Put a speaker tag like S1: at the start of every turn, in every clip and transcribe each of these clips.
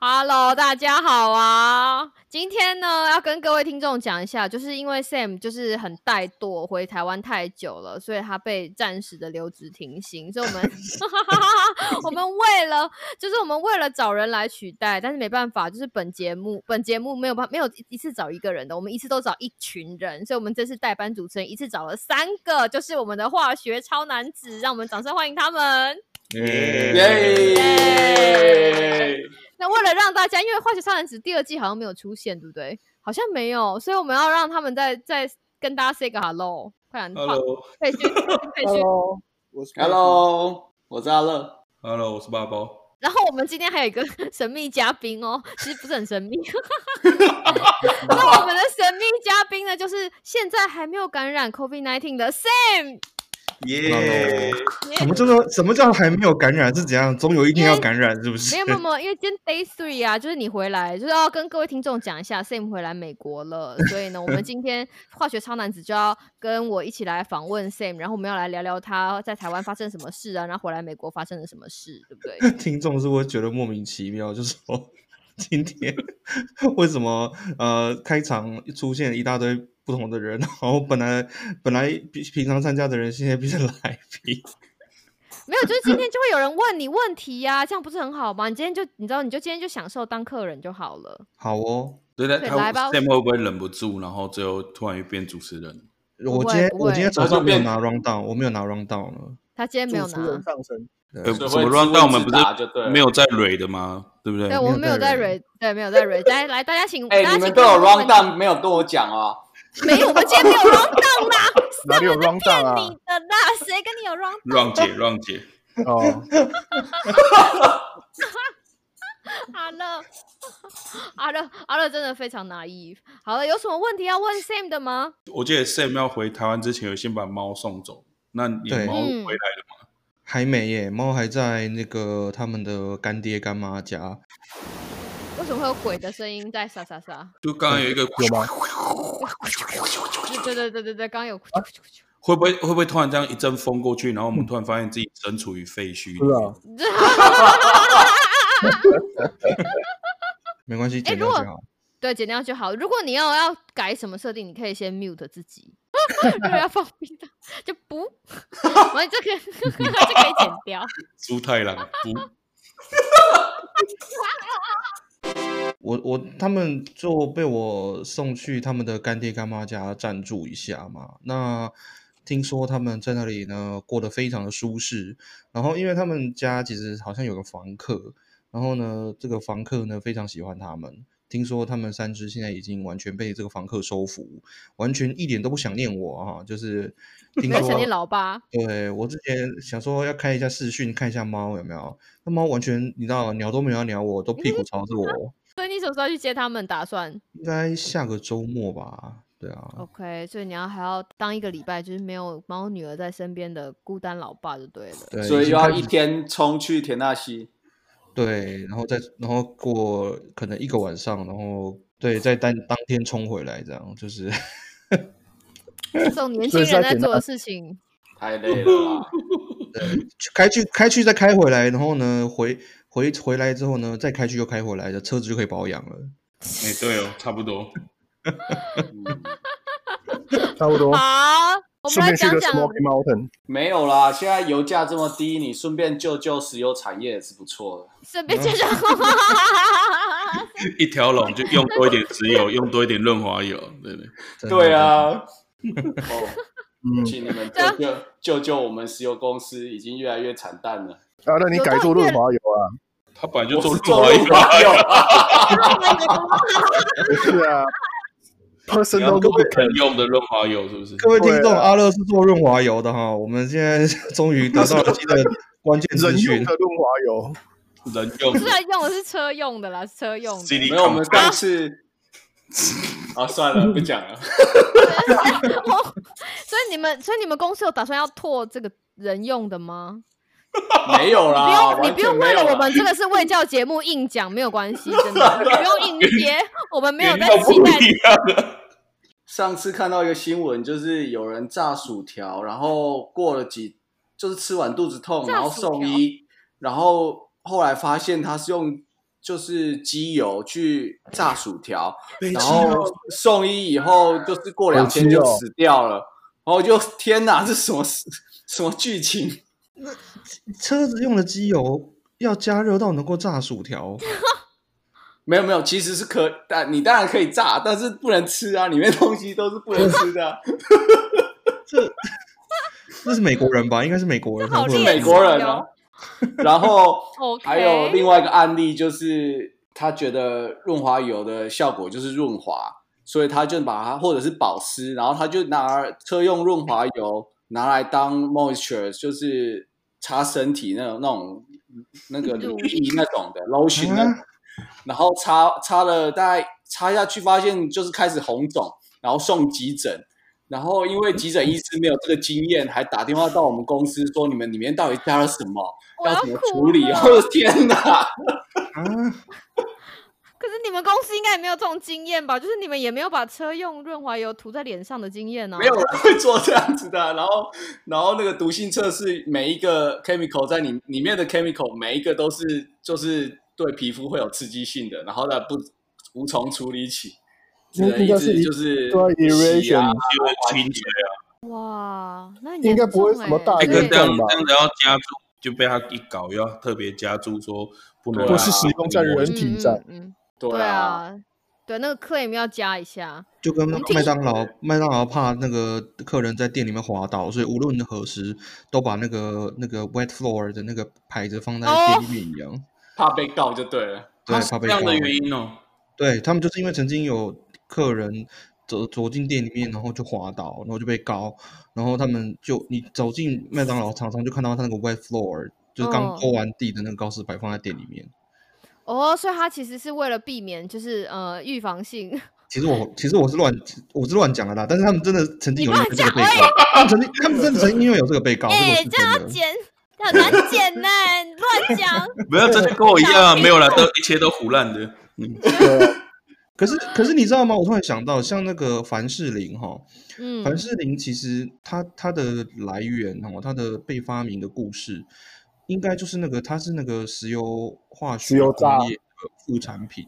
S1: Hello，大家好啊！今天呢，要跟各位听众讲一下，就是因为 Sam 就是很怠惰，回台湾太久了，所以他被暂时的留职停薪。所以我们 我们为了就是我们为了找人来取代，但是没办法，就是本节目本节目没有办没有一一次找一个人的，我们一次都找一群人，所以我们这次代班主持人一次找了三个，就是我们的化学超男子，让我们掌声欢迎他们。耶
S2: 耶！
S1: 那为了让大家，因为《化学超男子》第二季好像没有出现，对不对？好像没有，所以我们要让他们再再跟大家 say 个 hello，快点。佩勋，佩勋。
S3: Hello，我
S2: Hello，我
S3: 是
S2: 是阿乐。
S4: Hello，我是八包。
S1: 然后我们今天还有一个 神秘嘉宾哦，其实不是很神秘。那我们的神秘嘉宾呢，就是现在还没有感染 COVID-19 的 Sam。
S4: Hello
S5: 耶！什么叫做什么叫还没有感染？是怎样？总有一天要感染，是不是
S1: 没？有没有没有，因为今天 day three 啊，就是你回来，就是要跟各位听众讲一下，Sam 回来美国了，所以呢，我们今天化学超男子就要跟我一起来访问 Sam，然后我们要来聊聊他在台湾发生什么事啊，然后回来美国发生了什么事，对不对？
S5: 听众是会觉得莫名其妙，就是说今天 为什么呃开场出现一大堆不同的人，然后本来本来平平常参加的人，现在变成来宾。
S1: 没有，就是今天就会有人问你问题呀、这样不是很好吗？你今天就你知道，你就今天就享受当客人就好了。
S5: 好哦，
S4: 对的，
S1: 对
S4: 他
S1: 来吧
S4: Sam 会不会忍不住，然后最后突然又变主持人？
S1: 不
S5: 我
S1: 会
S5: 今天
S1: 不
S5: 我今天
S1: 会
S5: 早上没有
S2: 那就变
S5: 拿 round down，我没有拿 round down 了。
S1: 他今天没有
S3: 主持人
S1: 拿，
S3: 上身，
S4: 呃，
S2: 所以会
S4: 什么乱？
S2: 自问
S4: 但我们不
S2: 自答就对
S4: 是
S2: 了
S4: 没有在蕊的吗？对不对？
S1: 对我们没
S5: 没
S1: 有
S5: 有
S1: 在
S5: 在
S1: 蕊，对，没有在蕊。来来，大家 请，
S2: 哎、
S1: 大家
S2: 你
S1: 请
S2: 们都有
S1: 问问
S2: round
S1: 题
S2: down 没有跟我讲哦？
S1: 没有？我们今天没有 round down 啦，
S3: 哪里有 round down 啊？
S1: 你的啦，谁跟你有 round？
S4: 让姐，让姐，
S3: 哦，
S1: 阿乐，阿乐，阿乐真的非常 naive。好了，有什么问题要问 Sam 的吗？
S4: 我记得 Sam 要回台湾之前，有先把猫送走。那你
S5: 对
S4: 猫回来
S1: 嗯
S4: 了吗？
S5: 还没耶，猫还在那个他们的干爹干妈家。
S1: 为什么会有鬼的声音在沙沙 沙？
S4: 就刚刚有一个，
S3: 有吗？
S1: 对对对对对，刚刚有。
S3: 啊
S4: 会不会会不会突然这样一阵风过去，然后我们突然发现自己身处于废墟里
S3: 是啊，
S5: 没关系，剪
S1: 如
S5: 掉
S1: 果
S5: 就好。
S1: 对，剪掉就好。如果你要要改什么设定，你可以先 mute 自己。 如果要放屁的，就 不，我这个这可以 剪掉。
S4: 猪太郎不，
S5: 我我他们就被我送去他们的干爹干妈家暂住一下嘛。那听说他们在那里呢过得非常的舒适，然后因为他们家其实好像有个房客，然后呢这个房客呢非常喜欢他们。听说他们三只现在已经完全被这个房客收服，完全一点都不想念我啊！就是 听
S1: 没有想念
S5: 说，
S1: 老八，
S5: 对我之前想说要开一下视讯看一下猫有没有，那猫完全你知道鸟都没有要鸟我，都屁股朝着我。
S1: 所以你什么时候去接他们？打算
S5: 应该下个周末吧？对
S2: 哦
S5: 啊，
S1: OK？所以你要还要当一个礼拜，就是没有猫女儿在身边的孤单老爸就对了。
S5: 对，
S2: 所
S5: 已
S2: 以
S5: 经
S2: 又要
S5: 开
S2: 一
S5: 始
S2: 天冲去田纳西。
S5: 对，然后再然后过可能一个晚上，然后对，再当当天冲回来，这样就是
S1: 这种年轻
S3: 所以是
S1: 人
S3: 要
S1: 在
S3: 剪
S1: 做的
S3: 到
S1: 事情，
S2: 太累了啦，
S5: 去开去开去再开回来，然后呢回回回来之后呢再开去又开回来的车子就可以保养了。
S4: 哎，对哦，差不多。
S2: 嗯
S3: 差不多。
S1: 好，我们
S3: 顺
S1: 来
S3: 便去
S1: 讲
S3: 个
S1: 讲，
S3: Smoky Mountain，
S2: 没有啦。现在油价这么低，你顺便救救石油产业也是不错的。
S1: 顺便
S3: 嗯
S1: 介绍。
S4: 一条龙就用多一点石油，用多一点润滑油，对不对？
S5: 真的
S2: 对，啊，哦，
S3: 嗯，
S2: 请你们
S1: 这样
S2: 救救救救我们石油公司，已经越来越惨淡了。
S3: 啊，那你
S1: 有
S3: 改
S1: 到
S3: 做
S1: 越
S3: 润滑油啊？
S4: 他本来就
S2: 我
S4: 做
S2: 是
S4: 润滑油
S2: 润。滑油啊，
S3: 不是啊 ，Personal
S4: 各位
S3: lubricant，
S4: 很用的润滑油是不是？
S5: 各位听众，
S3: 对啊
S5: 阿乐是做润滑油的哈，我们现在 终于得到了新的关键资
S3: 人用
S5: 讯。
S3: 的润滑油，
S4: 人用
S1: 不是啊来用的是车用的啦，是车用的。
S4: CD
S2: 没有，我们上次啊，算了，不讲了。
S1: 我所以你们，所以你们公司有打算要拓这个人用的吗？
S2: 没有
S1: 不
S2: 啦，
S1: 用，你不用
S2: 啊完全没
S1: 为
S2: 有
S1: 了
S2: 啦
S1: 我们这个是卫教节目硬讲，没有关系，真 的你不用硬接，我们没有在
S4: 原料
S1: 期
S4: 不
S1: 待
S4: 一样的。
S2: 上次看到一个新闻，就是有人炸薯条，然后过了几，就是吃完肚子痛，
S1: 炸
S2: 然后
S1: 薯条
S2: 送医，然后后来发现他是用就是机油去炸薯条，
S4: 北
S2: 然
S4: 极
S2: 后
S4: 哦
S2: 送医以后就是过两天就死掉了，然后我就天哪，这什么事什么剧情？
S5: 车子用的机油要加热到能够炸薯条，
S2: 没有没有，其实是可，但你当然可以炸，但是不能吃啊，里面东西都是不能吃的啊、
S5: 那是美国人吧？应该是美国人才
S1: 好
S5: 会
S1: 猎
S5: 有
S1: 奇
S5: 这
S2: 美
S5: 种
S2: 国人啊
S1: 哦。
S2: 然后
S1: OK
S2: 还有另外一个案例，就是他觉得润滑油的效果就是润滑，所以他就把它或者是保湿，然后他就拿车用润滑油拿来当 moisture，就是擦身体那种那种那个
S1: 乳
S2: 乳液那种的 lotion 那
S5: 啊
S2: 种，然后擦擦了大概擦下去，发现就是开始红肿，然后送急诊。然后因为急诊医师没有这个经验，还打电话到我们公司说你们里面到底加了什么，
S1: 我
S2: 要
S1: 要
S2: 怎么
S1: 哭
S2: 处理？啊
S1: 了
S2: 我的天哪！
S5: 啊，
S1: 可是你们公司应该也没有这种经验吧？就是你们也没有把车用润滑油涂在脸上的经验呢、啊
S2: 没有人会做这样子的啊。然后，然后那个毒性测试，每一个 chemical 在里里面的 chemical，每一个都是就是对皮肤会有刺激性的，然后呢不无从处理起，只能
S3: 应
S2: 一
S3: 该
S2: 直
S3: 是一
S2: 就是
S3: 对啊
S2: 洗啊
S3: irradiation
S4: 因为清洁啊，
S1: 哇，那很
S3: 应该
S1: 严
S3: 不会
S1: 重
S3: 什么
S1: 欸
S3: 大
S4: 哎，
S1: 所
S4: 可
S1: 以
S4: 是这样
S3: 对
S4: 这样子要加注，就被他一搞，又要特别加注说不
S2: 对
S4: 能
S2: 啊
S3: 不
S4: 让
S3: 是使用在人体
S1: 嗯
S3: 上。
S1: 嗯嗯
S2: 对
S1: 对
S2: 啊，
S1: 啊，对那个 claim 要加一下。
S5: 就跟
S1: 们听
S5: 麦当劳麦当劳怕那个客人在店里面滑倒，所以无论何时都把那个那个 wet floor 的那个牌子放在店里面一样。
S2: 怕被告就对了。
S5: 对，
S4: 他是
S5: 怕被
S4: 这样
S5: 告
S4: 的原因哦。
S5: 对他们就是因为曾经有客人走走进店里面，然后就滑倒，然后就被告，然后他们就你走进麦当劳，常常就看到他那个 wet floor，就是刚
S1: 哦
S5: 拖完地的那个告示牌放在店里面。
S1: 哦，所以他其实是为了避免，就是呃预防性。
S5: 其实我其实我是乱我是乱讲的啦，但是他们真的曾
S1: 你
S5: 经有
S1: 乱
S5: 因为这个
S1: 讲
S5: 被告，他们曾经他们真的曾经因为有这个被告，这个
S1: 哎、
S5: 我是
S1: 这样要
S5: 真的。
S1: 剪，很难剪呢、你乱讲。
S4: 不要，这就跟我一样啊，没有啦，都一切都胡乱的。嗯，
S3: 对啊
S5: 可是可是你知道吗？我突然想到，像那个凡士林哈，
S1: 嗯，
S5: 凡士林其实它它的来源哦，它的被发明的故事，应该就是那个它是那个石油化学
S3: 石油
S5: 工
S3: 炸
S5: 业的副产品。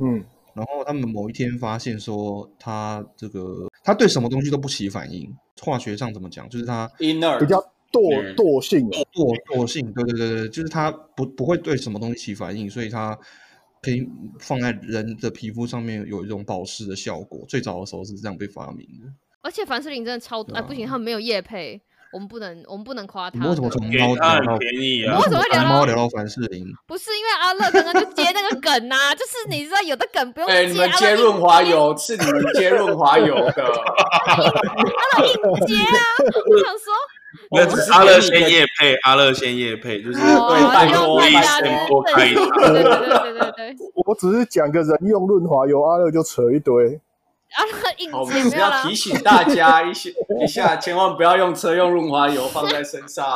S3: 嗯，
S5: 然后他们某一天发现说，它这个它对什么东西都不起反应，化学上怎么讲？就是它
S2: inner
S3: 比较惰
S4: 嗯
S3: 惰性啊，
S5: 惰惰性，对对对对，就是它不不会对什么东西起反应，所以它可以放在人的皮肤上面有一种保湿的效果。最早的时候是这样被发明的。
S1: 而且凡士林真的超，哎、不行，他们没有业配，我们不能，我们不能夸
S5: 你
S1: 他。
S5: 们为什么
S1: 对
S5: 从
S1: 不对
S4: 给
S5: 猫
S4: 他
S5: 聊到
S4: 很便宜
S5: 你
S4: 啊
S5: 为
S1: 我，
S5: 什
S1: 怎么会
S5: 么
S1: 聊到
S5: 从猫聊到凡士林？
S1: 不是因为阿乐刚刚就接那个梗呐、就是你知道有的梗不用接，
S2: 哎、你们
S1: 阿乐
S2: 接
S1: 硬
S2: 润滑油是你们接润滑油的，
S1: 阿乐硬接啊！我想说，
S4: 那只是阿乐先夜配，阿乐先夜配，就是
S1: 哦，
S2: 拜
S1: 希
S2: 托
S1: 望
S4: 一
S1: 大家就是
S4: 先多开一场。
S1: 对对对对对对，
S3: 我只是讲个人用润滑油，阿乐就扯一堆。
S1: 阿乐硬
S2: 好我们
S1: 接
S2: 只
S1: 没
S2: 是
S1: 有啦
S2: 要。提醒大家一些一下，千万不要用车用润滑油放在身上。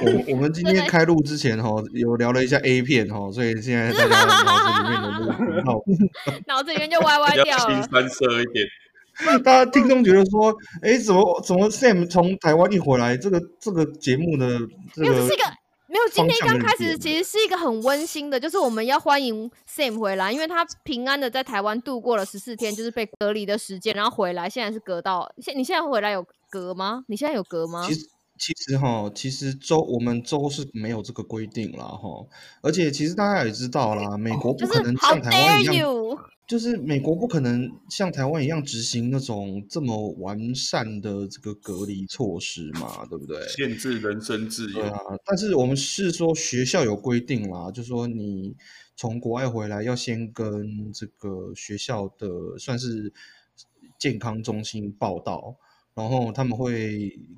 S5: 我我们今天开录之前哈、有聊了一下 A 片哈、所以现在大家脑子里面的那个
S1: 脑子里面就歪歪
S4: 比较
S1: 掉
S4: 新
S1: 了。
S4: 三色一点，
S5: 那大家听众觉得说，哎，怎么怎么 Sam 从台湾一回来，这个这个节目的这
S1: 没有，这
S5: 个
S1: 是一个没有。今
S5: 方
S1: 天
S5: 向
S1: 刚
S5: 有
S1: 开
S5: 点
S1: 始
S5: 变
S1: 其实是一个很温馨的，就是我们要欢迎 Sam 回来，因为他平安的在台湾度过了十四天，就是被隔离的时间，然后回来，现在是隔到现，你现在回来有隔吗？你现在有隔吗
S5: 其？实其实哈，其实州我们州是没有这个规定啦哈，而且其实大家也知道啦，美国不
S1: 哦就是
S5: 可能
S1: 好
S5: 像台湾一
S1: dare
S5: 样
S1: you，
S5: 就是美国不可能像台湾一样执行那种这么完善的这个隔离措施嘛，对不对？
S4: 限制人身自
S5: 对
S4: 由
S5: 啊。，但是我们是说学校有规定啦，就说你从国外回来要先跟这个学校的算是健康中心报到，然后他们会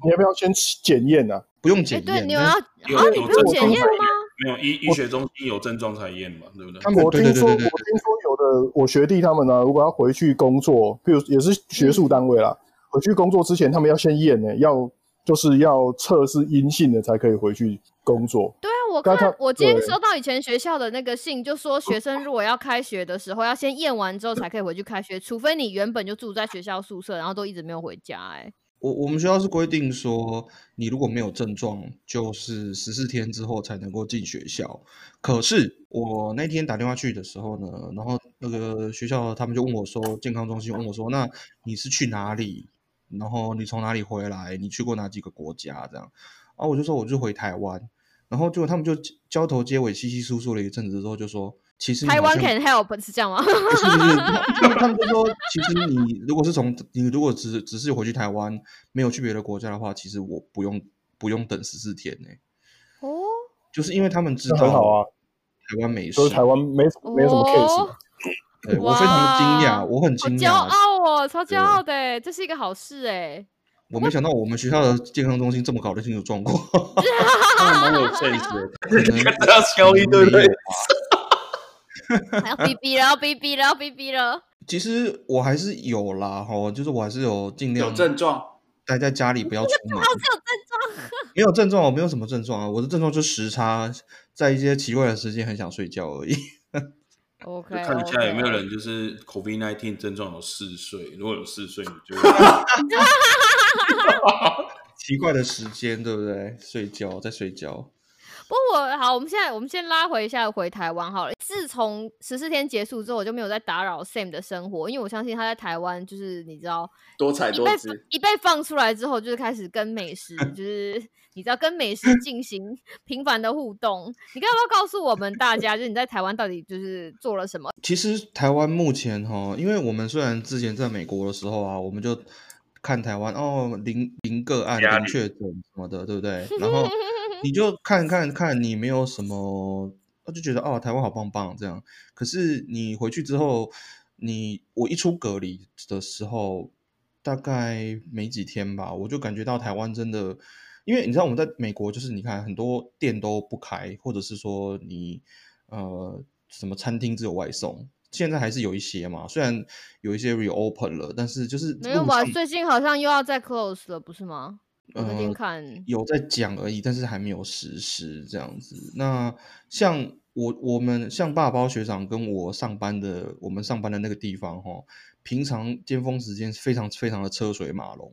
S3: 你要不要先检验啊？
S5: 不用
S1: 哎，
S5: 检
S1: 对，
S5: 验，
S1: 你有要
S5: 但是
S4: 有
S1: 啊？你
S4: 有
S1: 不用
S4: 这
S1: 检
S4: 种
S1: 验
S4: 东
S1: 吗？
S4: 没有医医学中心有症状才验嘛，对不对
S5: 他？们
S3: 我
S5: 对
S3: 听
S5: 对对
S3: 说，我
S5: 对
S3: 听
S5: 对对
S3: 说有的我学弟他们呢、啊如果要回去工作，比如也是学术单位啦，回去工作之前，他们要先验呢、要就是要测试阴性的才可以回去工作。
S1: 对啊，我
S3: 刚
S1: 看
S3: 才
S1: 我今天
S3: 对
S1: 收到以前学校的那个信，就说学生如果要开学的时候，要先验完之后才可以回去开学，除非你原本就住在学校宿舍，然后都一直没有回家、哎，
S5: 我我们学校是规定说，你如果没有症状，就是十四天之后才能够进学校。可是我那天打电话去的时候呢，然后那个学校他们就问我说，健康中心问我说，那你是去哪里？然后你从哪里回来？你去过哪几个国家？这样啊，我就说我就回台湾。然后结果他们就交头接尾、稀稀疏疏了一阵子之后，就说其实你
S1: 台
S5: 好
S1: 湾
S5: 像
S1: can help 是这样吗？
S5: 不是不是，他们他们就说，其实你如果是从你如果只只是回去台湾，没有去别的国家的话，其实我不用不用等十四天呢、
S1: 哦，
S5: 就是因为他们知
S3: 那
S5: 道
S3: 很好啊，
S5: 台湾没事
S3: 就是，台湾没
S5: 哦
S3: 没什么
S1: 哦
S3: case 嘛。
S5: 对我非常的惊讶，
S1: 哇
S5: 我很
S1: 好
S5: 惊
S1: 骄
S5: 讶，
S1: 傲哦，超
S5: 对
S1: 骄傲的欸，这是一个好事哎。
S5: 我没想到我们学校的健康中心这么搞得清楚状况，
S4: 蛮有 sense 的。
S5: 可能
S4: 看他消音，对不对？？
S1: 还要 BB 了，要 BB 了，要 BB 了。
S5: 其实我还是有啦，哈，就是我还是有尽
S2: 有
S5: 量
S2: 症状，
S5: 待在家里，不要出门。
S1: 这有症状，啊
S5: 没有症状，我没有什么症状啊，我的症状就是时差，在一些奇怪的时间很想睡觉而已。
S1: OK，
S4: 就看一下
S1: OK
S4: 有没有人就是 COVID nineteen 症状有嗜睡，如果有嗜睡，你就
S5: 奇怪的时间，对不对？睡觉，在睡觉。
S1: 不过我好，我们现在我们先拉回一下回台湾好了。自从十四天结束之后，我就没有再打扰 Sam 的生活，因为我相信他在台湾就是你知道，
S2: 多彩
S1: 一
S2: 多
S1: 被
S2: 姿。
S1: 一被放出来之后，就是开始跟美食，就是 你知道跟美食进行 频繁的互动。你要不要告诉我们大家，就是你在台湾到底就是做了什么？
S5: 其实台湾目前哈，因为我们虽然之前在美国的时候啊，我们就看台湾哦零零个案
S4: 家
S5: 零
S4: 里
S5: 确诊什么的，对不对？然后你就看看看，你没有什么，啊就觉得哦台湾好棒棒这样。可是你回去之后，你我一出隔离的时候，大概没几天吧，我就感觉到台湾真的，因为你知道我们在美国就是你看很多店都不开，或者是说你呃什么餐厅只有外送，现在还是有一些嘛，虽然有一些 reopen 了，但是就是
S1: 没有
S5: 路
S1: 吧？
S5: 上
S1: 最近好像又要再 close 了，不是吗？我那天
S5: 呃
S1: 看，
S5: 有在讲而已，但是还没有实施这样子。那像我我们像爸包学长跟我上班的，我们上班的那个地方哈，平常尖峰时间是非常非常的车水马龙，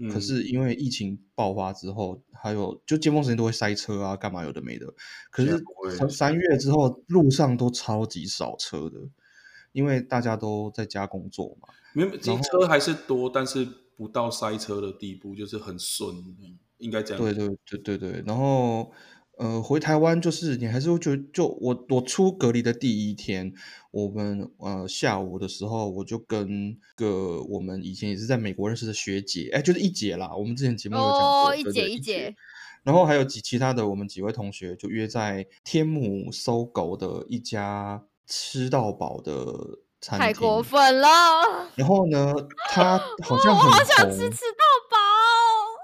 S4: 嗯
S5: 可是因为疫情爆发之后，还有就尖峰时间都会塞车啊，干嘛有的没的。可
S4: 现在
S5: 是
S4: 不会
S5: 从三月之后，路上都超级少车的，因为大家都在家工作嘛。
S4: 没有机车还是多，但是不到塞车的地步，就是很顺，嗯应该这样。
S5: 对对对对对，然后呃，回台湾就是你还是会觉得，就我我出隔离的第一天，我们呃下午的时候，我就跟个我们以前也是在美国认识的学姐，哎，就是一姐啦，我们之前节目有讲过，
S1: 哦，一
S5: 对
S1: 姐
S5: 对
S1: 一姐，
S5: 然后还有几其他的我们几位同学就约在天母搜狗的一家吃到饱的餐厅，
S1: 太过分了！
S5: 然后 呢，他好像
S1: 我
S5: 很
S1: 好想
S5: 红
S1: 吃吃到饱。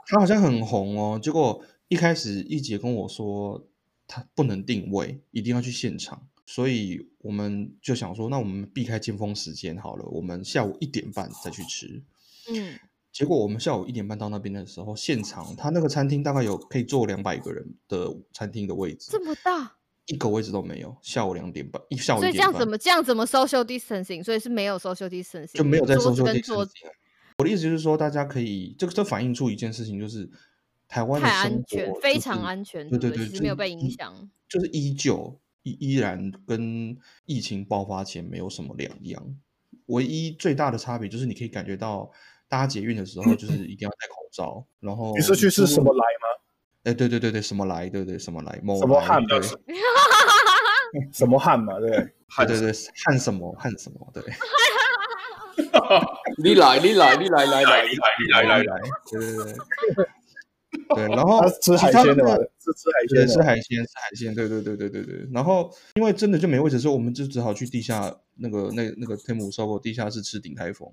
S5: 他好像很红哦。结果一开始一姐跟我说，他不能定位，一定要去现场，所以我们就想说，那我们避开尖峰时间好了，我们下午一点半再去吃。
S1: 嗯，
S5: 结果我们下午一点半到那边的时候，现场他那个餐厅大概有可以坐两百个人的餐厅的位置
S1: 这，么大，
S5: 一个位置都没有。下午两点半，一下午
S1: 所
S5: 一
S1: 以这
S5: 点
S1: 样
S5: 半
S1: 怎么这样怎么 social distancing？所以是没有 social distancing，
S5: 就没有在
S1: 桌
S5: 收
S1: 子
S5: 缩
S1: 跟
S5: 地
S1: 桌
S5: 层
S1: 子。
S5: 级啊。我的意思就是说，大家可以这个这反映出一件事情，就是台湾的
S1: 太
S5: 生
S1: 安
S5: 活
S1: 全
S5: 就，
S1: 非
S5: 是
S1: 常安全，
S5: 对
S1: 对不
S5: 对，
S1: 其
S5: 就
S1: 实没有被
S5: 依
S1: 影响。
S5: 就是依旧依依然跟疫情爆发前没有什么两样，唯一最大的差别就是你可以感觉到搭捷运的时候就是一定要戴口罩，然后
S3: 你是去是
S5: 出
S3: 什么？来
S5: 哎，对对对对，什么来？对对什么来？某
S3: 什么
S5: 来
S3: 汉
S5: 对
S4: 要是
S3: 吗？什么汉嘛？对不对？
S5: 对对对，汉什么汉什么？对，
S2: 你来，你来，你来，来来，
S4: 来来来，
S5: 来，对对 对。对，然后
S3: 他是吃
S5: 哦其
S3: 海
S5: 他
S3: 鲜的嘛
S5: 那？
S3: 是吃海
S5: 对，
S3: 鲜
S5: 吃
S3: 的嘛。
S5: 海鲜，吃海鲜，对对对对对对。然后因为真的就没位置，所以我们就只好去地下那个那那个天母烧狗地下室吃鼎泰丰，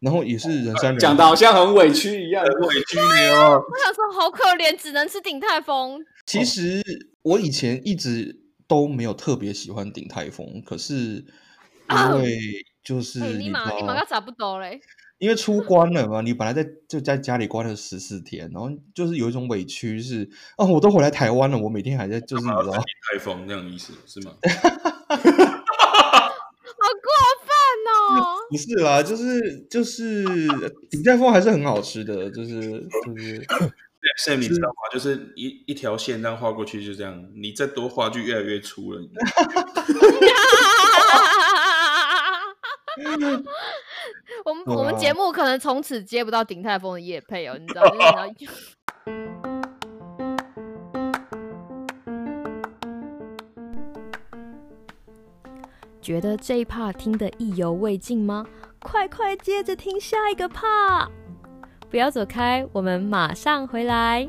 S5: 然后也是人山人海。
S2: 讲的好像很委屈一样。
S4: 委屈你哦。
S1: 我想说，好可怜，只能吃鼎泰丰。
S5: 其实我以前一直都没有特别喜欢鼎泰丰，可是因为就是
S1: 哎，
S5: 你
S1: 立
S5: 知
S1: 马立马
S5: 道
S1: 要，找不到嘞。
S5: 因为出关了嘛，你本来在就在家里关了十四天，然后就是有一种委屈是，哦，我都回来台湾了，我每天还在就是你知道。
S4: 台风那样的意思是吗？
S1: 好过分哦！
S5: 不是啦，就是就是呃鼎泰丰还是很好吃的，就是就是
S4: ，Sam，你知道吗？就是一一条线这样画过去，就这样，你再多画就越来越粗了。
S1: 我们我
S5: 哇
S1: 们节目可能从此接不到鼎泰丰的夜配哦，你知道？就是你知道 觉得这一趴听得意犹未尽吗？快快接着听下一个趴！不要走开，我们马上回来。